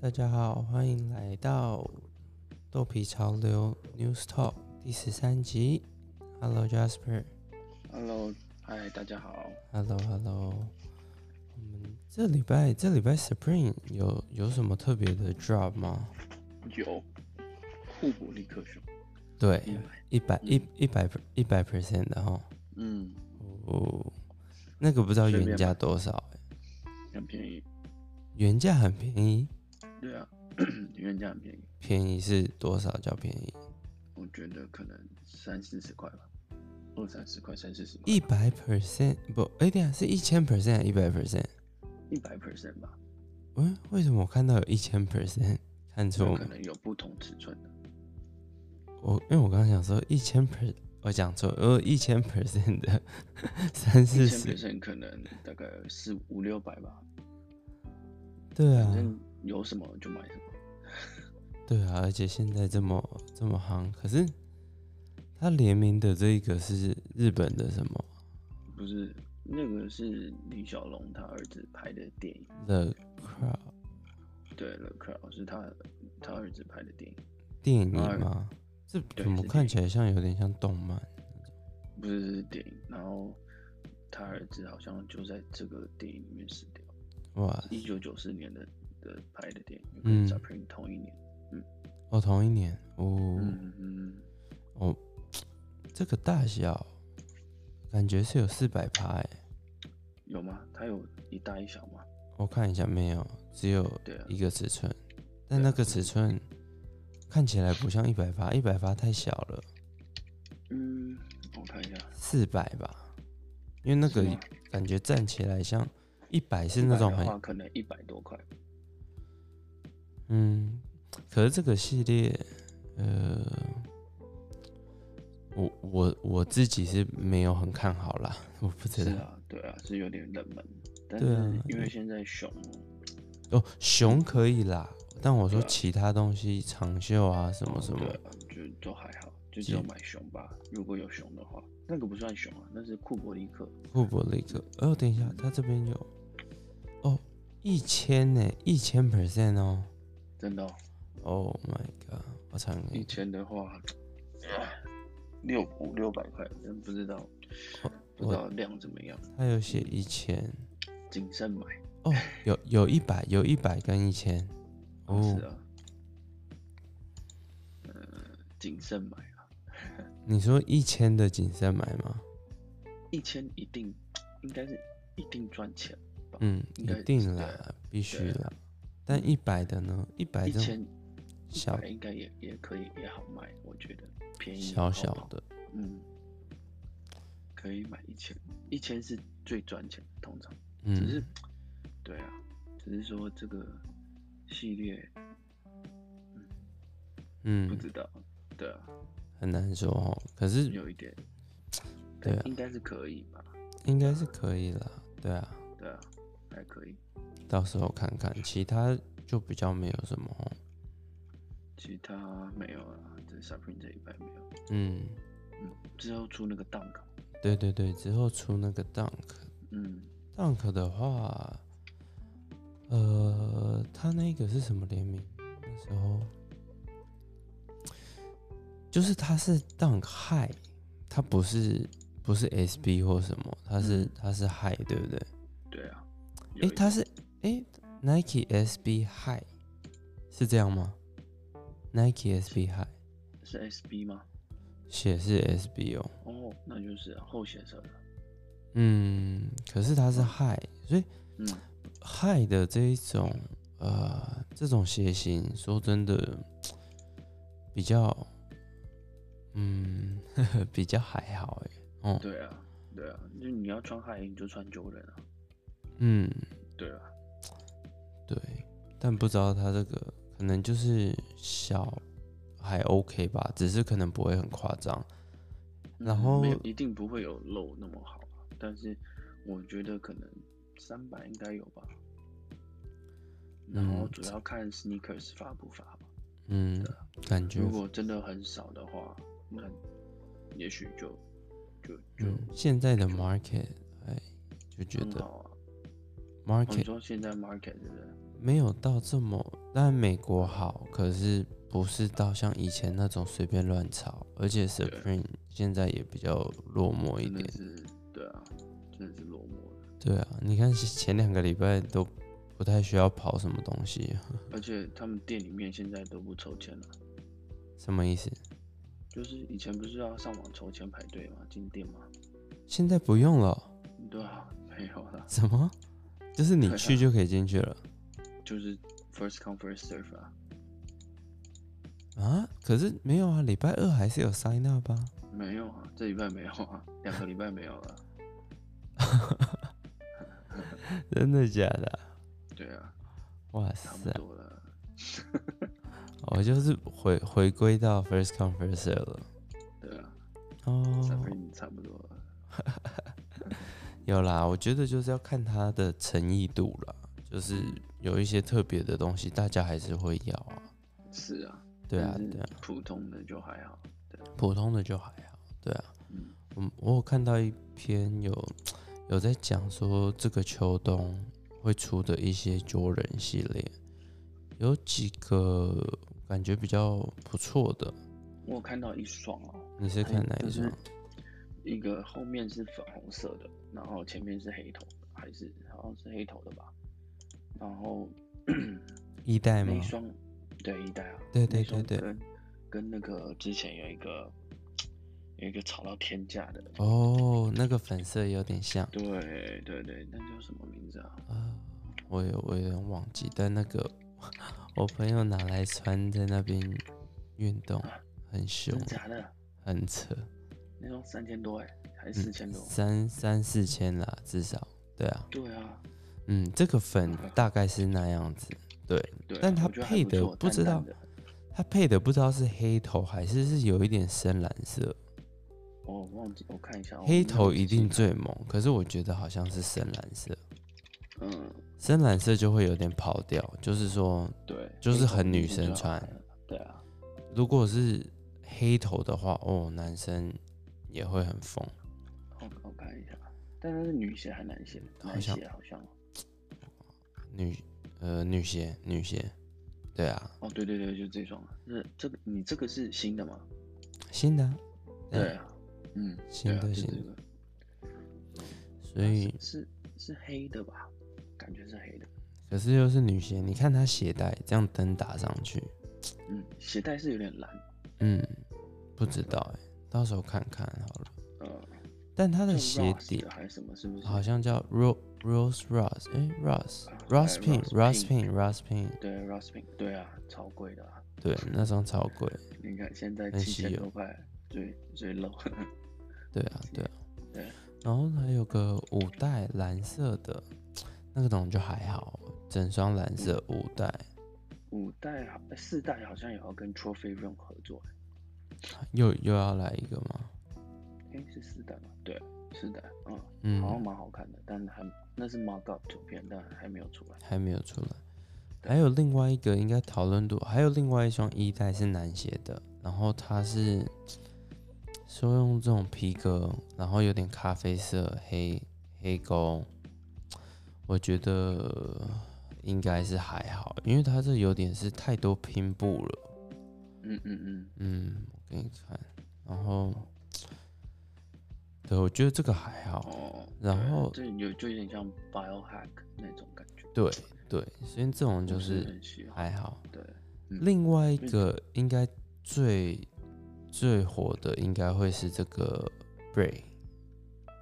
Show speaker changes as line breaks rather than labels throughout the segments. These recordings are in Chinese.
大家好，欢迎来到豆皮潮流 News Talk 第十三集。Hello Jasper，Hello
Hello，嗨，大家好。
Hello。我们这礼拜这礼拜 Spring 有有什么特别的 drop 吗？
有互补力克熊，
对，
嗯
一百一一百一百 percent 的哈。
嗯，
哦，那个不知道
随便
原价多少欸
很便宜。
原价很便宜，
对 啊，原价很便宜，
便宜是多少叫便宜？
我觉得可能三四十块吧，二三十块，三四十块，
一百 percent 不？哎、等一下是一千 percent 一百 percent？
一百 percent 吧，
嗯，为什么我看到有一千 percent？看错
那
吗
可？能有不同尺寸的。
我因为我刚刚想说一千 per，我讲错，我有一千 percent 的 三四
一千
十，
percent 可能大概四五六百吧，
对
反
啊，
正有什么就买什么。
对啊，而且现在这么这么夯，可是它联名的这一个是日本的什么
不是那个是李小龙他儿子拍的电影，
The Crow
对了 c r o w 是他他儿子拍的电影，
电影
啊
吗？这
对
怎么
是
看
电
起来像有点像动漫？
不是是电影，然后他儿子好像就在这个电影里面死掉。
哇，
一九九四年的的拍的电影，
嗯
跟 s u p r e m 同一年。
哦，同一年哦，
嗯嗯，
哦，这个大小感觉是有四百趴哎。
有吗？他有一大一小吗？
我看一下，没有，只有
对啊
一个尺寸，但那个尺寸看起来不像一百发，一百发太小了，
嗯，我看一下，
四百吧，因为那个
是吗
感觉站起来像一百是那种
100的话
很
可能一百多块。
嗯，可是这个系列，呃，我我我自己是没有很看好啦，我不知
是
道
啊，对啊，是有点冷门。但是
对啊
因为现在熊，
哦，熊可以啦，但我说
对啊
其他东西长袖啊什么
哦
什么
对，啊，就都还好，就只有
是
买熊吧。如果有熊的话，那个不算熊啊，那是库伯利克。
库珀雷克，哦，等一下，他这边有，哦，一千呢，一千 percent 哦
真的哦、
，Oh my god，我惨了
一，千的话，唉六五六百块，真不知道，不知
我
道量怎么样，
他有写一千，
谨慎买。
哦，有有一百，有一百跟一千，哦
是，啊，呃，谨慎买啊，
你说一千的谨慎买吗？
一千一定应该是一定赚钱，
嗯，
应该
一定
对啊
啦，必须
对
啦，但一百的呢？一百
一
这种
千一
小
百应该也也可以也好卖，我觉得便宜
小小
好
的，
跑嗯，可以买一千，一千是最赚钱的，通常只是
嗯，
对啊，只是说这个系列不
嗯，
知道，对啊，
很难说哦，可是
有一点，
对啊
但应该是可以吧，
应该是可以啦，对啊。
对啊，还可以，
到时候看看，其他就比较没有什么哦。
其他没有了，这 Supreme 这一半没有。
嗯，
嗯，之后出那个 Dunk，
对对对，之后出那个 Dunk，Dunk
嗯，
的话，呃，他那个是什么联名？那时候就是他是 Dunk High，他不是不是 SB 或什么，他是
嗯
他是 High 对不对？
对啊，
诶，
有一
他是诶 Nike SB High 是这样吗？Nike SB High
是 SB 吗？
写是 SB 哦。
哦，那就是后写色的，
嗯，可是它是氦，所以
嗯，
氦的这一种呃这种鞋型，说真的比较，嗯， 比较还好哎。哦，
对啊，对啊，就你要穿海鹰就穿 Jordan 啊，
嗯，
对啊，
对，但不知道它这个可能就是小还 OK 吧，只是可能不会很夸张。
嗯
然后
没有一定不会有漏那么好啊，但是我觉得可能三百应该有吧，然后
嗯
主要看 sneakers 发不发吧，
嗯，感觉
如果真的很少的话，那也许就就就
嗯现在的 market 嗯哎就觉
很
得
好啊，哦你
market
说现在 market 对不对？
没有到这么，但美国好，可是不是到像以前那种随便乱炒，而且 Supreme 现在也比较落寞一
真
点
的。是，对啊，真的是落寞了。
对啊，你看前两个礼拜都不太需要跑什么东西啊、
而且他们店里面现在都不抽签了，
什么意思？
就是以前不是要上网抽签排队吗？进店吗？
现在不用了哦？
对啊，没有啦，
什么？就是你
对啊
去就可以进去了
就是 first come first serve 啊，
啊？可是没有啊，礼拜二还是有 sign up 啊。
没有啊，这礼拜没有啊，两个礼拜没有了。
真的假的啊、
对啊，
哇
差不
塞！
多了。
我就是回回归到 first come first serve 了。
对啊，三
哦，
分差不多了。
有啦，我觉得就是要看他的诚意度啦，就是有一些特别的东西，大家还是会要啊。
是啊，
对啊，
但是
对啊，
普通的就还好。
普通的就还好。对啊，
嗯，
嗯，我有看到一篇有有在讲说这个秋冬会出的一些 Jordan 系列，有几个感觉比较不错的，
我有看到一双哦，
你是看哪
就
一
是
双？
一个后面是粉红色的，然后前面是黑头的，还是好像是黑头的吧。然后
一代
那
吗
一？双，对一代啊，
啊对
那一
对
双
对对
跟跟那个之前有一个有一个炒到天价的，
哦，那个粉色有点像。
对对对，那叫什么名字啊？
啊，我有我有点忘记，但那个我朋友拿来穿在那边运动，很
啊真
凶
的，假的？
很扯，
那双三千多哎、还是四千多？
嗯三三四千啦，至少，对啊，
对啊，
嗯，这个粉大概是那样子，对，
对啊，
但它
我觉得还
配
不
的
错
不知
淡
道
淡的
它配的不知道是黑头还是是有一点深蓝色，
我忘记，我看一哦下。我没
黑
有
头
仔
一
细
定
看。
最猛，可是我觉得好像是深蓝色，
嗯，
深蓝色就会有点跑调，就是说
对，
就是
黑头
很
一定
女
是
生
最好
穿
看的。对啊，
如果是黑头的话，哦，男生也会很疯。
我我看一下，但它是女鞋还是男鞋？
好
男
像
鞋好像。
女呃女鞋女鞋，对啊，
哦，对对对，就这双。那这个你这个是新的吗？
新的啊、对
对啊，嗯，
新
对啊
的
就
新
这
的
个
所以
是是是黑的吧？感觉是黑的。
可是又是女鞋，你看它鞋带这样灯打上去，
嗯，鞋带是有点蓝。
嗯，不知道哎、到时候看看好了。
呃，
但它的
叫
鞋
Ross
底
的还是什么？是不是？
好像叫 Ro Rose Ross，哎、r o s s
啊
Ross
对
Pin
Ross
Ross Pin Ross Pin，
对 r o s p i n 对啊，超贵的啊。
对，那双超贵，
你看现在
很
七
稀
千
有
多块，最最 low。
对啊对啊
对。
然后还有个五代蓝色的，那个种就还好，整双蓝色五代
五代好，哎四代好像也要跟 Trophy Room 合作，
又又要来一个吗？
哎、是四代吗？对，四代，嗯，
嗯，
好像蛮好看的，但还那是 mock up 图片，但还没有出来。
还没有出来。还有另外一个应该讨论度，还有另外一双一代是男鞋的，然后它是说用这种皮革，然后有点咖啡色黑黑勾，我觉得应该是还好，因为它这有点是太多拼布了。
嗯嗯嗯，
嗯，我给你看，然后对我觉得这个还好，
哦，
然
对
后
这有就有点像 biohack 那种感觉，
对对，所以这种就
不是
是
很喜欢。
还好。
对，
另外一
所以
个应该最最火的应该会是这个 Bray，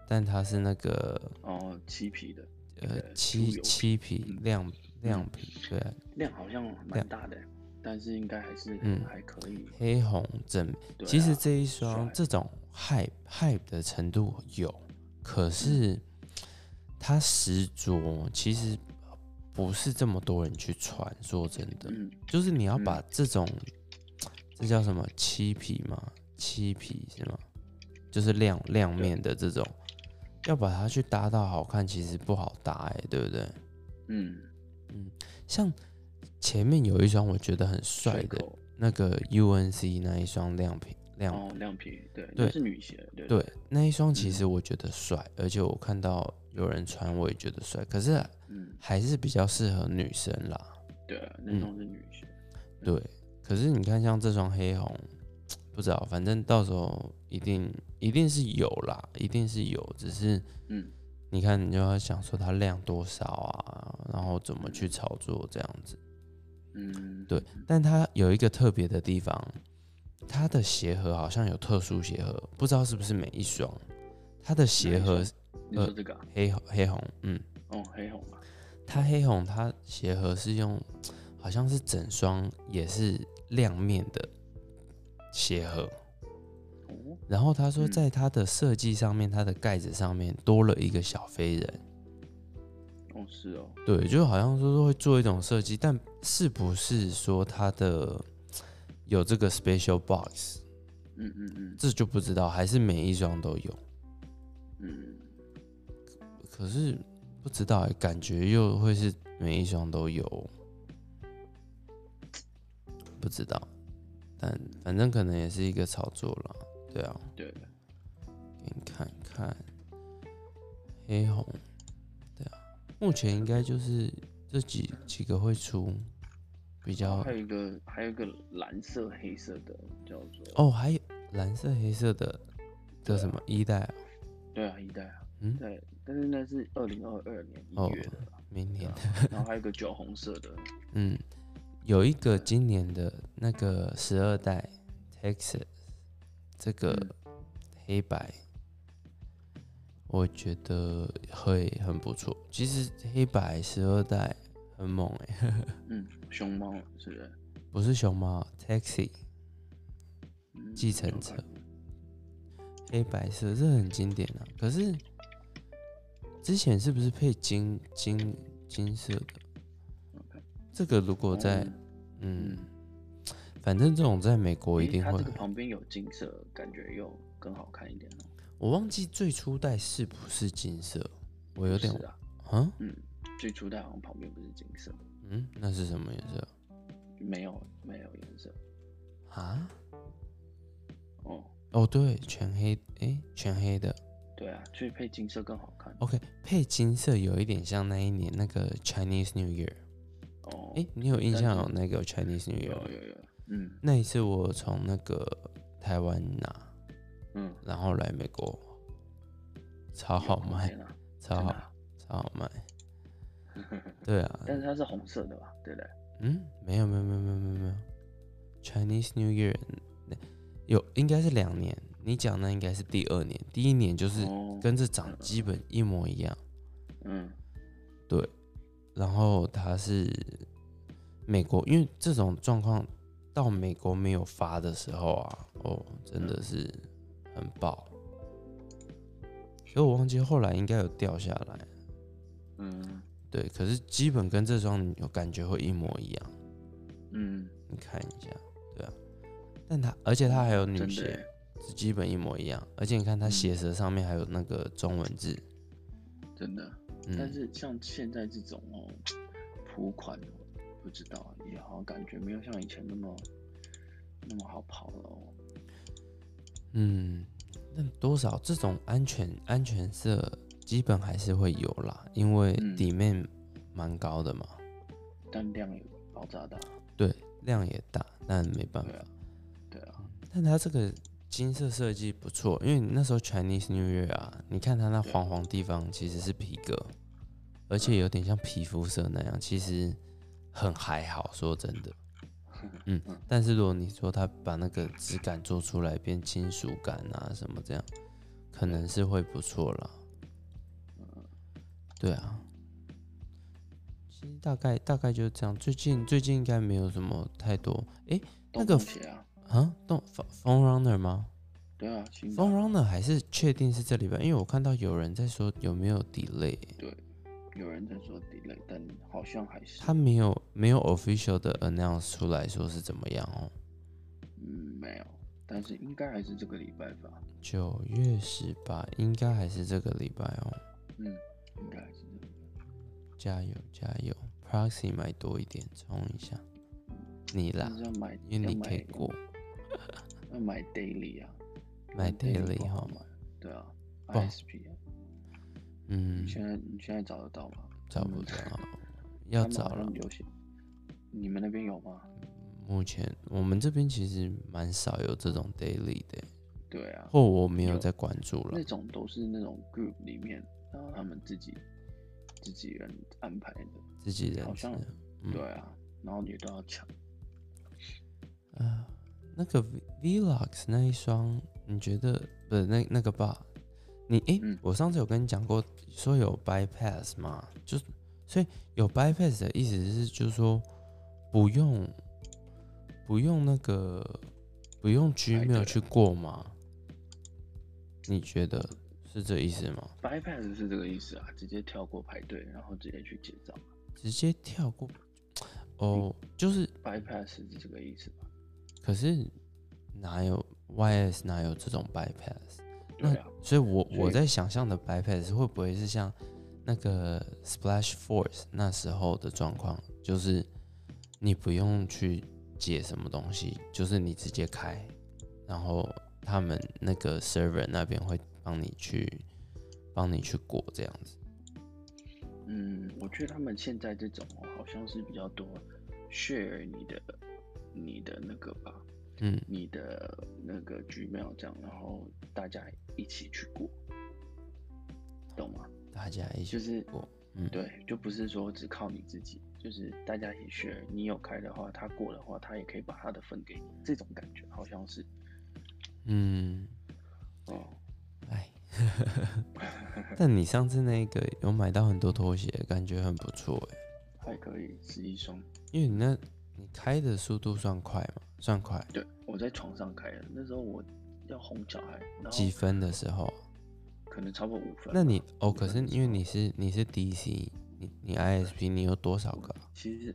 但它是那个
哦，漆皮的
呃
对猪
漆
油
漆皮
嗯
亮亮皮，对啊，
量好像蛮
量
大的，但是应该还是
嗯
还可以。
黑红正。
对
其实
啊
这一双
帅
这种 hype hype 的程度有，可
嗯
是它实着其实不是这么多人去穿，说真的，
嗯，
就是你要
嗯
把这种，这叫什么漆皮吗？漆皮是吗？就是亮亮面的这种，要把它去搭到好看，其实不好搭哎、对不对？
嗯，
像前面有一双我觉得很帅
随
的
口
那个 UNC 那一双亮皮亮
哦，亮皮，对，
对
那是女鞋，对嗯
对，那一双其实我觉得帅，而且我看到有人穿，我也觉得帅。可是
嗯，
还是比较适合女生啦。
对啊，
嗯
那双是女鞋，
对，可是你看像这双黑红，不知道，反正到时候一定一定是有啦，一定是有，只是
嗯，
你看你就要想说它量多少啊，然后怎么去炒作这样子。
嗯，
对，但它有一个特别的地方，它的鞋盒好像有特殊鞋盒，不知道是不是每一双，它的鞋
哪一
盒
双你
呃
说这个啊、
黑黑红，嗯，
哦，黑红啊，
它黑红它鞋盒是用，好像是整双也是亮面的鞋盒，
哦，
然后他说
嗯
在它的设计上面，它的盖子上面多了一个小飞人，
哦是哦，
对，就好像说是会做一种设计，但是不是说它的有这个 special box，
嗯嗯嗯
这就不知道，还是每一双都有，
嗯，
可是不知道欸、感觉又会是每一双都有，不知道，但反正可能也是一个炒作啦，对啊，
对的，
给你看看黑红，对啊，目前应该就是这几几个会出比较
哦还有一个还有一个蓝色黑色的叫做，
哦，还有蓝色黑色的叫什么一代啊、
对啊，一代啊，
嗯
对，但是那是二零二二年
哦
一月的啦，
明
对
年
啊，然后还有一个酒红色的，
嗯，有一个今年的那个十二代 Texas 这个
嗯
黑白，我觉得会很不错。其实黑白十二代很猛哎、
嗯，熊猫是不是？
不是熊猫啊 Taxi
嗯
计程车
有看
黑白色，这很经典啊。可是之前是不是配金金金色的？这个如果在
哦
嗯，反正这种在美国一
诶
定
它
会啊
这
很
个旁边有金色，感觉又更好看一点哦。
我忘记最初代是不是金色，我有点
是啊，
啊，
嗯，最初代好像旁边不是金色，
嗯，那是什么颜色
没有没有颜色
啊？
哦。
哦，对，全黑，诶，全黑的。
对啊，所以配金色更好看
OK，配金色有一点像那一年那个 Chinese New Year。
哦。
诶，你有印象
但
有
是
那个 Chinese New
有
Year？吗
有有，嗯
那一次我从那个台湾拿，
嗯，
然后来美国，超好
有
卖，
天啊
超
真的
好，
啊
超好 卖。对啊，
但是它是红色的吧？对不对？
嗯，没有没有没有没有没有没有，Chinese New Year 那有应该是两年，你讲那应该是第二年，第一年就是
哦，
跟这长基本一模一样，
嗯
然后它是美国，因为这种状况到美国没有发的时候啊，哦，真
嗯
的是很爆，所以我忘记后来应该有掉下来，
嗯
对，可是基本跟这双有感觉会一模一样。
嗯，
你看一下，对啊，但它而且它还有女
真的
鞋，
耶
是基本一模一样，而且你看它
嗯
鞋舌上面还有那个中文字，
真的。但
嗯，
是像现在这种哦，普款的不知道，也好像感觉没有像以前那么那么好跑了哦。
嗯，那多少这种安全安全色基本还是会有啦，因为
嗯
底面蛮高的嘛，
但量也爆炸大，
对，量也大，但没办
对
法
啊。对啊，
但它这个金色设计不错，因为你那时候 Chinese New Year 啊，你看它那黄黄地方其实是皮革，而且有点像皮肤色那样，其实很还好，说真的。嗯，但是如果你说它把那个质感做出来变金属感啊什么这样，可能是会不错啦。对啊，其实大概大概就这样。最近最近应该没有什么太多，诶、那
洞
个
洞鞋啊，
啊，动 Phone Runner 吗
对啊，新
？Phone
版
Runner 还是确定是这礼拜，因为我看到有人在说有没有 delay，
有人在说 delay，但好像还是
他没有没有 official 的 announce 出来说是怎么样哦。
嗯没有，但是应该还是这个礼拜吧，
九月十八应该还是这个礼拜哦，
嗯，应该还是这个礼
加油加油！Proxy 买多一点，冲一下你
拜，
啦
但，是要买
啊因为
要
你可以
买
过。
那买 daily 啊，
买
但
daily
不好
哈，
买，对啊
不好
，ISP 啊，
嗯
你，现在你现在找得到吗？
找不
嗯
到，要
他们
找
好像
了。
流行，你们那边有吗？
目前我们这边其实蛮少有这种 daily 的，
对啊，
或我没有
有
在关注了
那。种都是那种 group 里面，然后他们自己自己人安排的，
自己人
好
吃
像
嗯
对啊，然后你都要抢。
啊，那个 V- Vlux 那一双，你觉得不是那那个吧？你诶、
嗯
我上次有跟你讲过，说有 bypass 嘛，就是所以有 bypass 的意思是，就是说不用不用那个不用
队
Gmail
了
去过吗？你觉得是这意思吗？
bypass 是这个意思啊，直接跳过排队，然后直接去结账。
直接跳过哦，就是
bypass 是这个意思吧？
可是哪有 YS 哪有这种 bypass？那
对啊，
所以我
所
我
以
在想象的 bypass 会不会是像那个 Splash Force 那时候的状况，就是你不用去解什么东西，就是你直接开，然后他们那个 server 那边会帮你去帮你去过这样子。
嗯，我觉得他们现在这种哦好像是比较多 share 你的你的那个吧，
嗯，
你的那个 Gmail 这样，然后大家一起去过，懂吗？
大家一
就
起
是
过，嗯，
对，就不是说只靠你自己，就是大家一起 share，你有开的话，他过的话，他也可以把他的分给你，这种感觉好像是
嗯，
哦。
哎。 但你上次那个有买到很多拖鞋，感觉很不错哎。
还可以十一双，
因为你那你开的速度算快嘛，算快，
对我在床上开的，那时候我要哄小孩，然后
几分的时候啊，
可能超过五分吧。
那你哦，
五
可
分
是
的时
因为
候
你是你是 DC，你你 ISP 你有多少个啊？
其实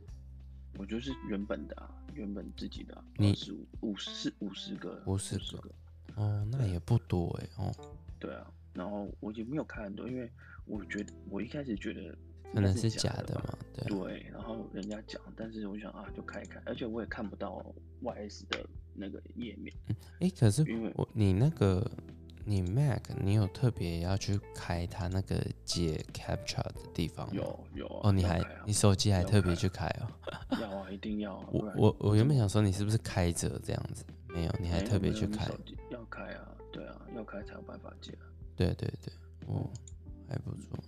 我就是原本的啊，原本自己的、啊，
你
十五五十五十个，
50
50
个
个，
哦，那也不多哎哦，
对啊。然后我也没有开很多，因为我觉得我一开始觉得
可
应该
能是假
假
的
吧。
嘛，对啊，
对，然后人家讲，但是我想啊，就看一看，而且我也看不到 YS 的那个页面，
哎，可是
因为
我你那个你 Mac 你有特别要去开它那个解 Captcha 的地方吗？
有有啊
哦，你
要
还
开啊
你手机还
要
特别
开
去开哦，
要啊，一定要啊，不
我
然
我我原本想说你是不是开着这样子，没有，你还
没有
特别
哎没有
去
你
开，
手机要开啊，对啊，要开才有办法接啊，
对对对，哦，还不错。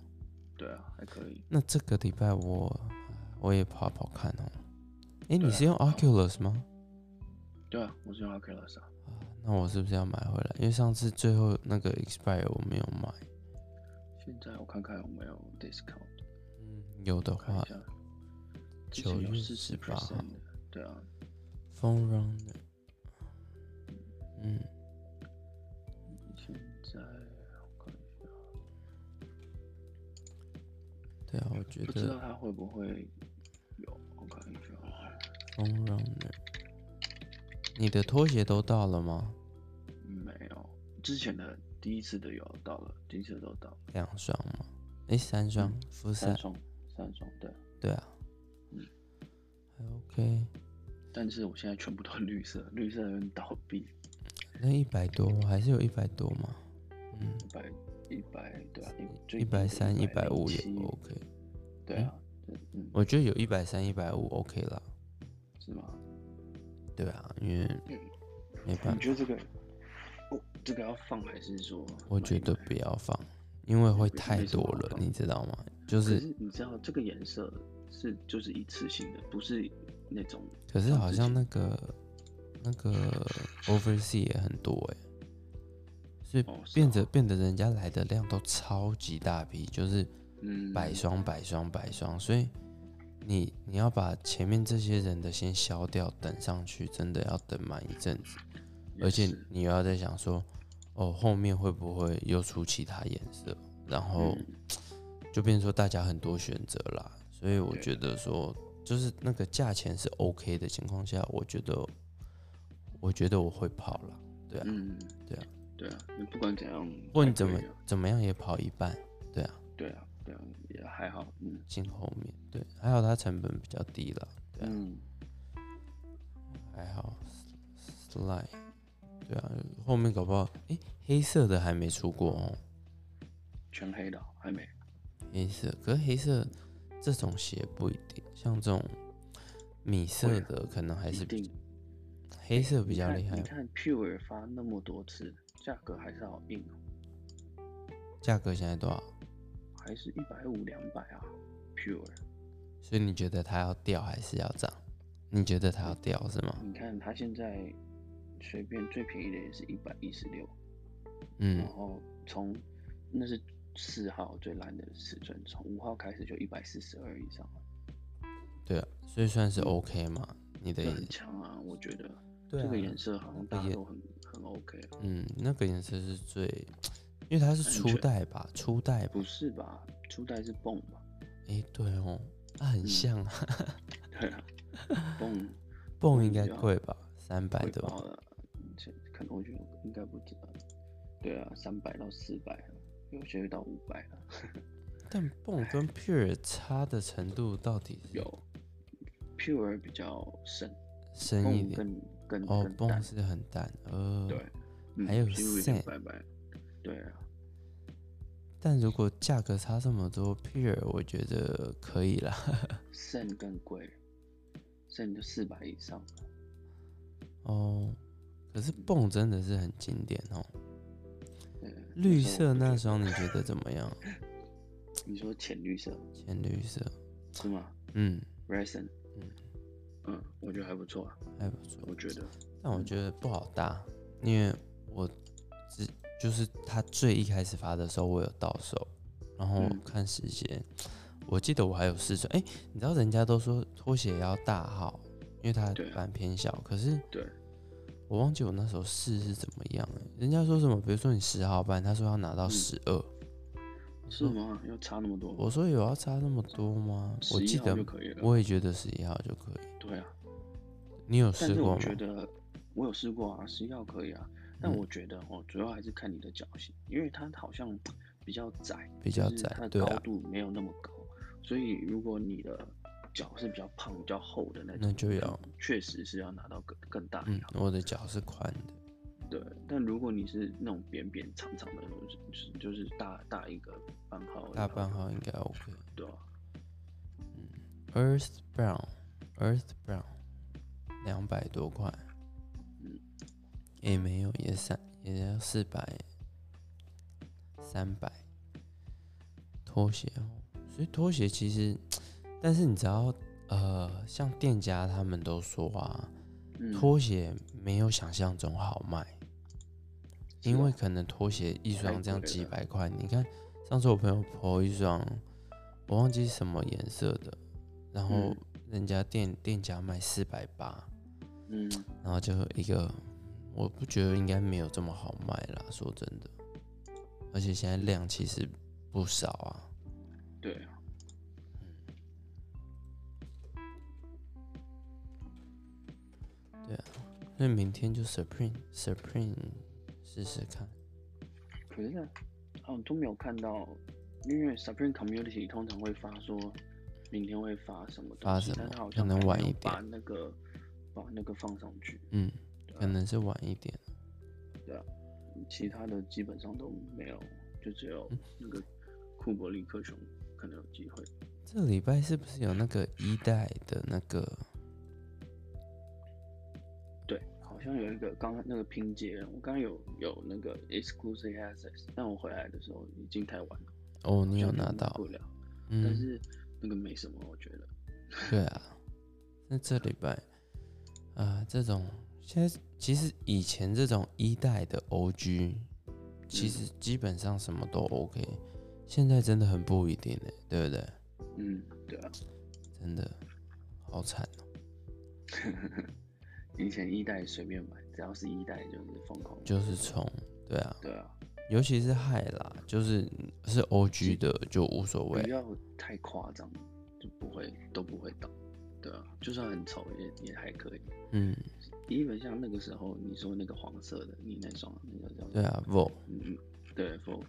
对啊，还可以，
那这个礼拜我呃我也跑跑看哦。诶，
对
你
啊
是用
好
Oculus 吗？
对啊，我是用 Oculus 啊，
啊，那我是不是要买回来？因为上次最后那个 expire 我没有买。
现在我看看有没有 discount，
嗯，有的
看一
话
下，之前
9
有
月
四十
18号
percent 的，对啊，
，Phone Runner。嗯，
现在我看一下，
对啊，我觉
不知道
得
它会不会有，我看一下啊。
Phone Runner。你的拖鞋都到了吗？
没有，之前的第一次的有到了，第一次都到了，
两双吗？诶，三双，复赛
嗯三。双，三双对。
对啊
嗯。
还 OK，
但是我现在全部都绿色，绿色有点倒闭，
那一百多还是有一百多吗？嗯，
一百一百对啊，
一百三、一
一
百五也
七，
OK。
对啊，对嗯，
我觉得有一百三、一百五 OK 啦，
是吗？
对啊，因为
嗯
没办法，
你觉得这个，哦，这个要放还是说？
我觉得不要放，因为会
没
太
没什
多
么好
了，
放
你知道吗？就
可
是，
是你知道这个颜色是就是一次性的，不是那种
可是
像
好
之
像
前
那个那个 oversea 也很多哎、所以
哦是
变
哦
得变得人家来的量都超级大批，就是
嗯
百双、百双、百双，所以你你要把前面这些人的先消掉，等上去真的要等满一阵子。
也
而且
是
你又要在想说，哦，后面会不会又出其他颜色？然后
嗯
就变成说大家很多选择啦。所以我
对
觉得说，就是那个价钱是 OK 的情况下，我觉得，我觉得我会跑啦。对啊，
嗯，
对啊，
对啊，你不管怎样，
问
还
怎
可
么
以啊
怎么样也跑一半。对啊，
对啊，对啊，也还好，嗯
进后面对，还好它成本比较低啦，对啊
嗯，
还好。slide，对啊，后面搞不好，诶，黑色的还没出过哦，
全黑的哦还没。
黑色，可是黑色这种鞋不一定，像这种米色的可能还
一
是比
定
黑色比
你
较
看
厉害
你，看 Pure 发那么多次，价格还是好硬哦，
价格现在多少？
还是一百五两百啊？Pure，
所以你觉得它要掉还是要涨？你觉得它要掉是吗？
你看它现在随便最便宜的也是一百一十六，然
嗯，
后从那是四号最烂的尺寸，从五号开始就一百四十二以上了，
对啊，所以算是 OK 嘛？你的
这
意
很
思？
强啊，我觉得。
对
这个
啊
颜，色好像大家都很很 OK 啊。
嗯，那个颜色是最，因为它是
安
初
全
代吧，初代吧
不，是吧？初代是泵吧？
诶，对哦，它很
嗯
像啊，
对啊， 泵
泵
嗯
应该
对啊
贵吧，三百
会
对吧
爆？了，这可能我觉得应该不止吧。对啊，三百到四百了，有些到五百啊了。
但泵跟 Pure 差的程度到底是
有 Pure 比较深，
深一
泵
点？
更更
哦
更，淡
泵。是很淡，呃，
对，嗯
还有
Pure 有点
scent
白白。对啊，
但如果价格差这么多，Pure 我觉得可以啦。
肾更贵肾就四百以上。
哦，可
嗯
是泵真的是很经典哦。
对啊
绿
那时候
色
我就
那
觉
双你觉得怎么样？
得你说浅绿色
浅绿色，
是吗
嗯，
？Resin，
嗯
嗯，我觉得还不错啊，
还不错。
我觉得。
但
嗯
我觉得不好搭，因为我只就是他最一开始发的时候，我有到手，然后
嗯
看时间，我记得我还有试穿。哎、你知道人家都说拖鞋要大号，因为它
对啊
版偏小，可是
对，
我忘记我那时候试是怎么样了。人家说什么，比如说你十号版，他说要拿到
嗯
十二、
是吗？要差那么多？
我说有要差那么多吗？我
十一
记
号
得
就可以了。
我也觉得十一号就可以。
对啊，
你有
但
试
是
过
我
吗
觉？得我有试过啊，十一号可以啊。但
嗯
我觉得哦，主要还是看你的脚型，因为它好像比较窄，
比较
就是
窄
它
对
的
啊
高度没有那么高，所以如果你的脚是比较胖、比较厚的那种，
那就要
确实是要拿到更更大一
嗯
号。，
我的脚是宽的。
对，但如果你是那种扁扁长长的，就是就是大大一个半号，
大半号应该 OK。
对啊，
Earth Brown，Earth Brown，两百多块，
嗯
也没有，也三也要四百，三百。拖鞋哦，所以拖鞋其实，但是你只要呃，像店家他们都说啊，
嗯，
拖鞋没有想象中好卖，
是
因为
啊
可能拖鞋一
太
双这样
贵
几
了
百块，你看上次我朋友抛一双，我忘记什么颜色的，然后
嗯
人家店店家卖四百八，
嗯，
然后就一个，我不觉得应该没有这么好卖啦，说真的，而且现在量其实不少啊，
对啊，
所以明天就 Supreme Supreme 试试看，
可是啊，我都没有看到，因为 Supreme Community 通常会发说明天会发什么
发
东西，
什
但
么
他好
可
像
能
还没
晚
有
一点
把那个把那个放上去，
嗯，
对
可
啊
能是晚一点。
其他的基本上都没有，就只
嗯
有那个库伯利克熊可能有机会。
这礼拜是不是有那个一代的那个？
对，好像有一个刚刚那个拼接，我刚刚有有那个 exclusive access，但我回来的时候已经太晚了，
哦，你
好
有
像
拿
拼
到？
不了，但
嗯，
是那个没什么，我觉得。
对啊。那这礼拜啊、这种现在其实以前这种一代的 OG，其
嗯
实基本上什么都 OK，现在真的很不一定哎，对不对？
嗯，对啊，
真的好惨哦，
以前一代随便买，只要是一代就是疯狂买。
就是冲，对啊，
对啊，
尤其是害啦，就是是 OG 的就无所
不
谓，
要太夸张，就不会都不会倒。对啊，就算很丑也也还可以。
嗯，
因为像那个时候你说那个黄色的，你那双那个叫
对啊 v o
嗯嗯，对 f o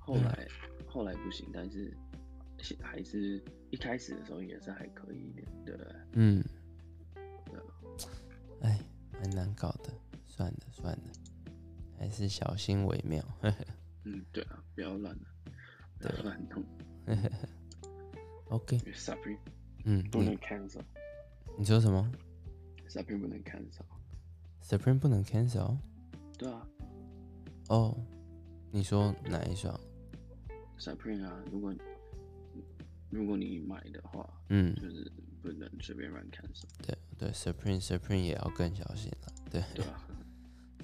后来后来不行，但是现还是一开始的时候也是还可以一点，对不对？
嗯
对啊，
哎，蛮难搞的，算了算了，还是小心为妙。
嗯，对啊，不要乱了，不
对
要乱弄，
OK，
因为 Sabri
嗯，
不能
你
cancel，Sabri
你说什么
不能 cancel。
？Supreme 不能 cancel
对啊
哦？你说哪一双？
，Sabri 啊，如果如果你买的话，
嗯，
就是不能随便乱 cancel，
对对，Supreme Supreme 也要更小心了。对，
对啊，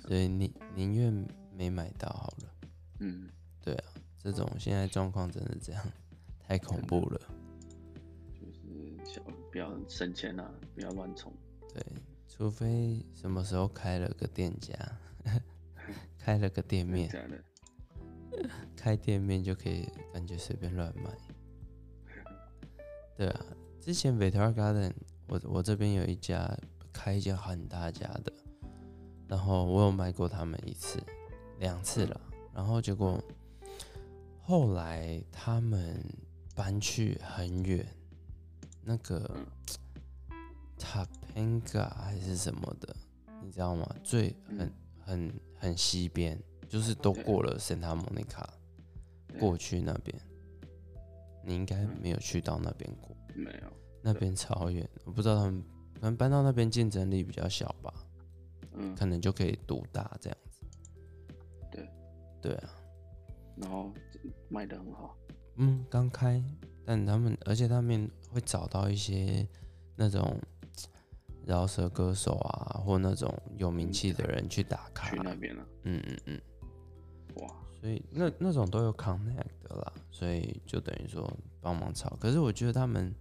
所以你宁愿没买到好了。
嗯，
对啊，这种现在状况真的这样， 太恐怖了。
就是小不要省钱啊，不要乱冲。
对，除非什么时候开了个店家， 开了个店面，
真的假
开店面就可以感觉随便乱买。对啊，之前 Victoria Garden，我我这边有一家开一家很大家的，然后我有买过他们一次、两次了，然后结果后来他们搬去很远，那个 Topanga 还是什么的，你知道吗？最很
嗯
很很西边，就是都
对
过了 Santa Monica，
的，
过去那边，你应该
嗯
没有去到那边过，
对没有，
那边超远，我不知道他们可能搬到那边竞争力比较小吧，
嗯，
可能就可以独大这样子。
对，
对啊，
然后卖的很好，
嗯，刚开，但他们而且他们会找到一些那种饶舌歌手啊，或那种有名气的人去打卡
去，那边了、
嗯嗯嗯，
哇，
所以那那种都有 connect 的啦，所以就等于说帮忙炒。可是我觉得他们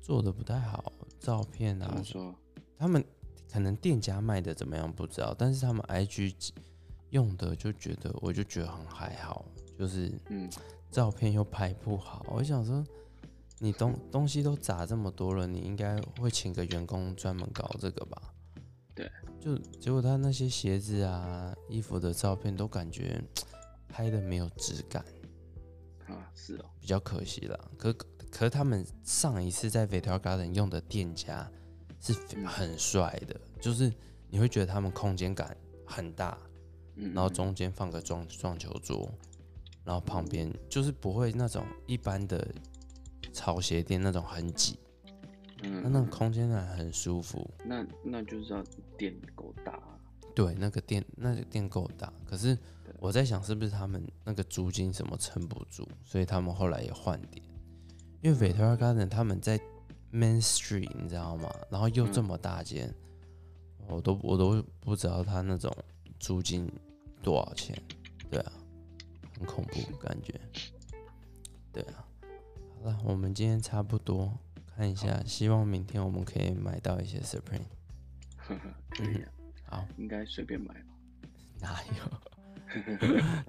做的不太好，照片
怎
啊
么，说？
他们可能店家卖的怎么样不知道，但是他们 IG 用的就觉得，我就觉得很还好，就是
嗯，
照片又拍不好。我想说，你东东西都砸这么多了，你应该会请个员工专门搞这个吧？
对，
就结果他那些鞋子啊、衣服的照片都感觉嗯拍的没有质感，
啊，是哦，
比较可惜啦。可可他们上一次在 Vital Garden 用的店家是非
嗯
很帅的，就是你会觉得他们空间感很大，
嗯，
然后中间放个撞撞球桌，然后旁边就是不会那种一般的潮鞋店那种很挤，
嗯，
那那种空间感很舒服。
那那就是要店够大啊，
对，那个店那个店够大，可是我在想是不是他们那个租金什么撑不住，所以他们后来也换店。因为 Victoria Garden 他们在 Main Street 你知道吗？然后又这么大间，我都我都不知道他那种租金多少钱。对啊，很恐怖感觉。对啊，好了，我们今天差不多看一下，希望明天我们可以买到一些 Supreme。
可以啊，
好，
应该随便买吧。
哪有？哎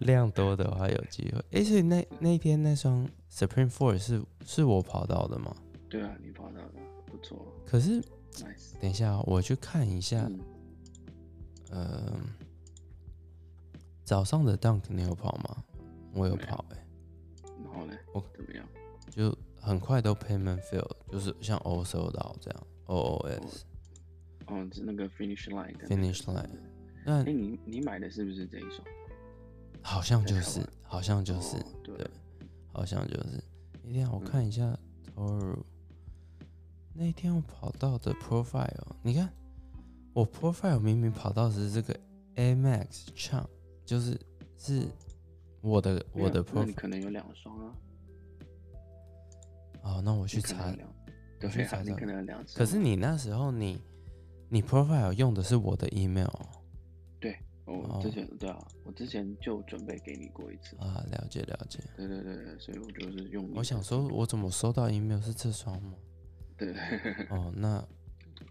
量多的话有机会。诶，所以那那天那双 Supreme Four 是是我跑到的吗？
对啊，你跑到了，不错
可是
，nice。
等一下哦我去看一下，
嗯，
呃，早上的 Dunk 你有跑吗？我有
没有
跑、诶，
然后呢
我？
怎么样？
就很快都 Payment Field，就是像 O 收到这样 OOS
哦，是那个 finish line 跟那个
Finish Line。那嗯
哎，你你买的是不是这一双？
好像就
在台
是
湾，
好像就是，
哦对
对好像就是。那天
嗯
我看一下 Toru，那一天我跑到的 profile，你看我 profile 明明跑到的是这个 A Max Chang，就是是我的
没
我的
有那你
profile。
可能有两双啊，
哦，那我去
你可能
查
有。两，
我
对
去
啊，
查
你
查
可能有两双。
可是你那时候你你 profile 用的是我的 email
我之
哦
前对啊，我之前就准备给你过一次。
啊，了解了解。
对对对对，所以我就是用你
我想
的
说，我怎么收到 email 是这双吗？
对对对
哦，那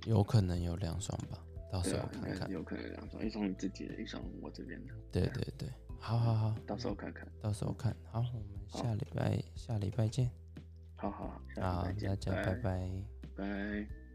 有可能有两双吧，到时
对
候
啊，应
看
该
看
是。有可能有两双，一双你自己的，一双我这边的，
对对对，好好好，
到时候看看。
到时候看。好，我们
好
下礼拜下礼拜见。
好好，好下
好
次再，
大
见，
家拜拜。
拜。